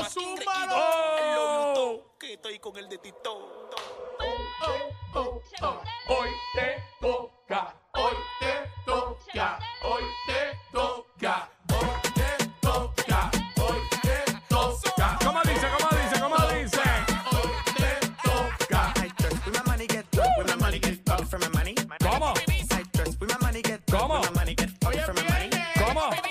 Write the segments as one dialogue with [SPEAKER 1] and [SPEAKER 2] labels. [SPEAKER 1] Oh.
[SPEAKER 2] con el de Tito.
[SPEAKER 3] oh, oh. Hoy te toca, hoy te toca, hoy te toca, hoy te toca, hoy te toca.
[SPEAKER 1] ¿Cómo dice? ¿Cómo dice? ¿Cómo dice?
[SPEAKER 3] Hoy te toca.
[SPEAKER 4] I thirst with my money get drunk with my money get drunk from my money.
[SPEAKER 1] ¿Cómo?
[SPEAKER 4] I thirst with my money get drunk
[SPEAKER 1] ¿Cómo?
[SPEAKER 4] with my money get drunk from my money.
[SPEAKER 1] ¿Cómo?
[SPEAKER 4] I thirst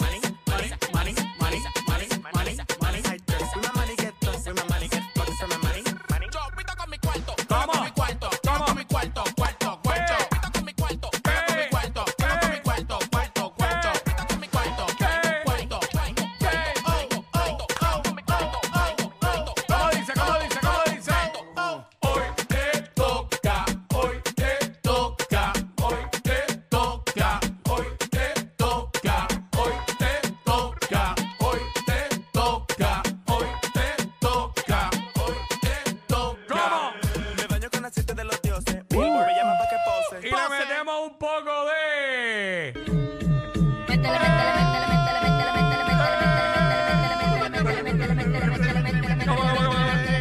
[SPEAKER 4] money, money, money, money, money, money, money. I thirst with my money get drunk with my money get drunk from my money. Money.
[SPEAKER 5] Yo pito con mi cuarto,
[SPEAKER 1] ¿Cómo?
[SPEAKER 5] con mi cuarto,
[SPEAKER 1] ¿Cómo?
[SPEAKER 5] con mi cuarto, cuarto, cuarto.
[SPEAKER 1] Eh.
[SPEAKER 5] Pito con mi cuarto, con mi
[SPEAKER 1] Eh.
[SPEAKER 5] cuarto, con mi cuarto, cuarto, cuarto.
[SPEAKER 1] Eh.
[SPEAKER 5] Pito con mi
[SPEAKER 1] Eh.
[SPEAKER 5] cuarto, cuarto, cuarto,
[SPEAKER 1] Eh.
[SPEAKER 5] cuarto, cuarto, cuarto, con mi cuarto, cuarto, cuarto.
[SPEAKER 1] ¿Cómo dice? ¿Cómo dice? ¿Cómo dice?
[SPEAKER 3] Hoy te toca, hoy te toca, hoy te toca, hoy te toca, hoy te toca, hoy te toca, hoy te toca, hoy te toca.
[SPEAKER 1] ¿Cómo?
[SPEAKER 4] Me baño con aceite de los dioses. Wilbur me llama pa' que
[SPEAKER 1] Uh. Y
[SPEAKER 4] pose.
[SPEAKER 1] le metemos un poco de...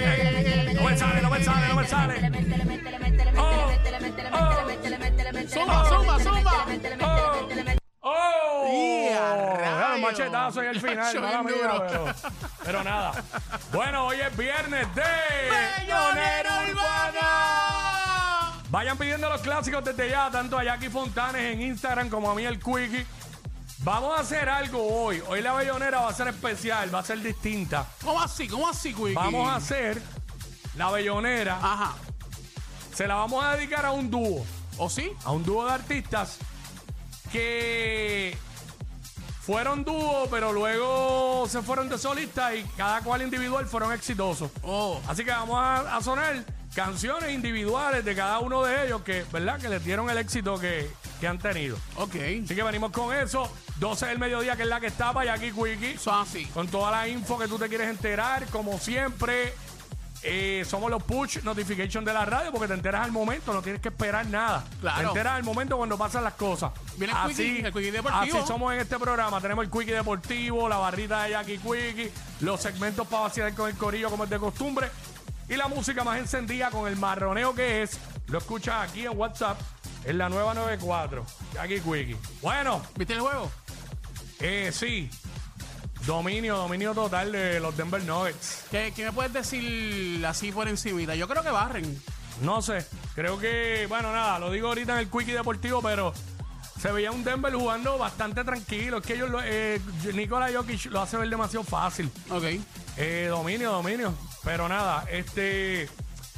[SPEAKER 1] Eh, No me sale, no me sale, no me sale.
[SPEAKER 5] Zumba, zumba, zumba.
[SPEAKER 1] ¡Oh!
[SPEAKER 5] ¡Y a
[SPEAKER 1] Claro, un
[SPEAKER 5] rayos!
[SPEAKER 1] machetazo y el final.
[SPEAKER 5] Macho,
[SPEAKER 1] mala
[SPEAKER 5] bien
[SPEAKER 1] mía,
[SPEAKER 5] duro.
[SPEAKER 1] pero, pero nada. Bueno, hoy es viernes de...
[SPEAKER 5] Bellonera Urbana.
[SPEAKER 1] Vayan pidiendo los clásicos desde ya, tanto a Jackie Fontanes en Instagram como a mí el Quickie. Vamos a hacer algo hoy. Hoy la bellonera va a ser especial, va a ser distinta.
[SPEAKER 5] ¿Cómo así? ¿Cómo así, Wiki?
[SPEAKER 1] Vamos a hacer la bellonera.
[SPEAKER 5] Ajá.
[SPEAKER 1] Se la vamos a dedicar a un dúo.
[SPEAKER 5] ¿O sí?
[SPEAKER 1] a un dúo de artistas que fueron dúo, pero luego se fueron de solistas y cada cual individual fueron exitosos.
[SPEAKER 5] Oh.
[SPEAKER 1] Así que vamos a, a sonar canciones individuales de cada uno de ellos que, ¿verdad? Que les dieron el éxito que, que han tenido.
[SPEAKER 5] Ok.
[SPEAKER 1] Así que venimos con eso. 12 del mediodía, que es la que está para aquí Quickie.
[SPEAKER 5] Eso es así.
[SPEAKER 1] Con toda la info que tú te quieres enterar, como siempre, eh, somos los push notification de la radio porque te enteras al momento, no tienes que esperar nada.
[SPEAKER 5] Claro.
[SPEAKER 1] Te enteras al momento cuando pasan las cosas.
[SPEAKER 5] Viene el quickie, el quickie deportivo.
[SPEAKER 1] así somos en este programa. Tenemos el quickie deportivo, la barrita de Jackie Quickie, los segmentos para vacilar con el corillo como es de costumbre y la música más encendida con el marroneo que es. Lo escuchas aquí en WhatsApp en la nueva 94. Jackie Quickie. Bueno.
[SPEAKER 5] ¿Viste el juego?
[SPEAKER 1] Eh, sí. Dominio, dominio total de los Denver Nuggets.
[SPEAKER 5] ¿Qué, qué me puedes decir así por encimita? Yo creo que barren.
[SPEAKER 1] No sé, creo que, bueno, nada, lo digo ahorita en el quickie deportivo, pero se veía un Denver jugando bastante tranquilo. Es que ellos, lo- eh, Nikola Jokic lo hace ver demasiado fácil.
[SPEAKER 5] Ok.
[SPEAKER 1] Eh, dominio, dominio. Pero nada, este.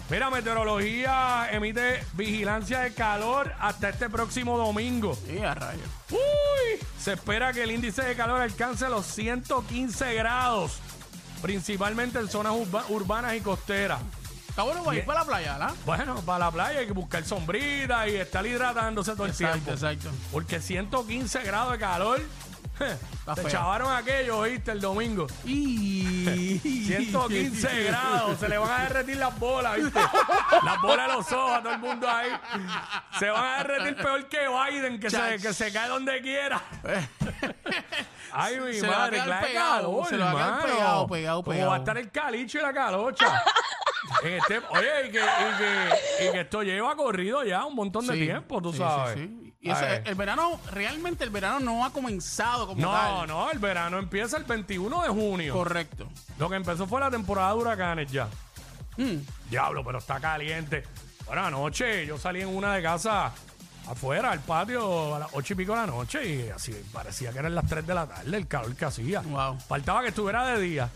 [SPEAKER 1] Mira, meteorología emite vigilancia de calor hasta este próximo domingo.
[SPEAKER 5] Y a rayos.
[SPEAKER 1] Uy, se espera que el índice de calor alcance los 115 grados, principalmente en zonas urba- urbanas y costeras.
[SPEAKER 5] Está bueno para ir
[SPEAKER 1] Bien.
[SPEAKER 5] para la playa, ¿la?
[SPEAKER 1] Bueno, para la playa hay que buscar sombrita y estar hidratándose todo el tiempo.
[SPEAKER 5] exacto.
[SPEAKER 1] Porque 115 grados de calor. Se
[SPEAKER 5] feo.
[SPEAKER 1] chavaron aquello, oíste, el domingo.
[SPEAKER 5] Y
[SPEAKER 1] 115 grados, se le van a derretir las bolas, ¿viste? Las bolas de los ojos a todo el mundo ahí. Se van a derretir peor que Biden, que, se,
[SPEAKER 5] Chach.
[SPEAKER 1] que se cae donde quiera. Ay, mi
[SPEAKER 5] Se le va a
[SPEAKER 1] madre,
[SPEAKER 5] quedar
[SPEAKER 1] claro,
[SPEAKER 5] pegado,
[SPEAKER 1] calor,
[SPEAKER 5] se le va a quedar
[SPEAKER 1] hermano.
[SPEAKER 5] pegado, pegado,
[SPEAKER 1] Como
[SPEAKER 5] pegado.
[SPEAKER 1] va a estar el calicho y la calocha. En este- oye, y que, y, que, y que esto lleva corrido ya un montón de
[SPEAKER 5] Sí,
[SPEAKER 1] tiempo, tú
[SPEAKER 5] sí,
[SPEAKER 1] sabes.
[SPEAKER 5] sí, sí. Y ese-
[SPEAKER 1] Ay.
[SPEAKER 5] el verano, realmente el verano no ha comenzado como
[SPEAKER 1] no,
[SPEAKER 5] tal.
[SPEAKER 1] no, el verano empieza el 21 de junio.
[SPEAKER 5] Correcto.
[SPEAKER 1] Lo que empezó fue la temporada de huracanes ya.
[SPEAKER 5] Mm.
[SPEAKER 1] Diablo, pero está caliente. Bueno, anoche yo salí en una de casa afuera, al patio, a las ocho y pico de la noche y así parecía que eran las 3 de la tarde el calor que hacía.
[SPEAKER 5] Wow.
[SPEAKER 1] Faltaba que estuviera de día,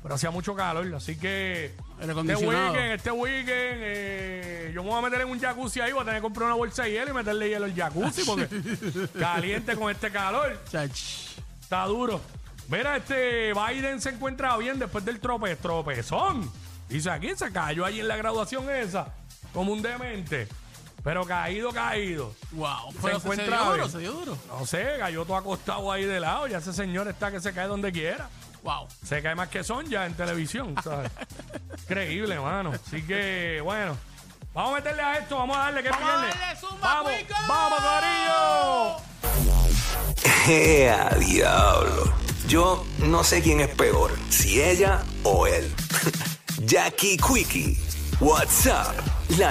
[SPEAKER 1] pero hacía mucho calor, así que
[SPEAKER 5] Aire
[SPEAKER 1] este
[SPEAKER 5] acondicionado.
[SPEAKER 1] weekend, este weekend, eh, yo me voy a meter en un jacuzzi ahí, voy a tener que comprar una bolsa de hielo y meterle hielo al jacuzzi porque caliente con este calor.
[SPEAKER 5] Chach.
[SPEAKER 1] Está duro. Mira, este Biden se encuentra bien después del trope, tropezón. Dice aquí, se cayó ahí en la graduación esa, como un demente. Pero caído, caído.
[SPEAKER 5] Wow. Pero se, se
[SPEAKER 1] encuentra
[SPEAKER 5] dio duro,
[SPEAKER 1] bien.
[SPEAKER 5] se dio duro.
[SPEAKER 1] No sé, cayó todo acostado ahí de lado. Ya ese señor está que se cae donde quiera.
[SPEAKER 5] Wow.
[SPEAKER 1] Se cae más que son ya en televisión, ¿sabes? Increíble, mano. Así que, bueno. Vamos a meterle a esto, vamos a darle que
[SPEAKER 5] Vamos a
[SPEAKER 1] pierde.
[SPEAKER 5] darle, zumba,
[SPEAKER 1] vamos,
[SPEAKER 5] cuico.
[SPEAKER 1] vamos, Corillo.
[SPEAKER 6] ¡Ea, diablo! Yo no sé quién es peor, si ella o él. Jackie Quickie. WhatsApp. La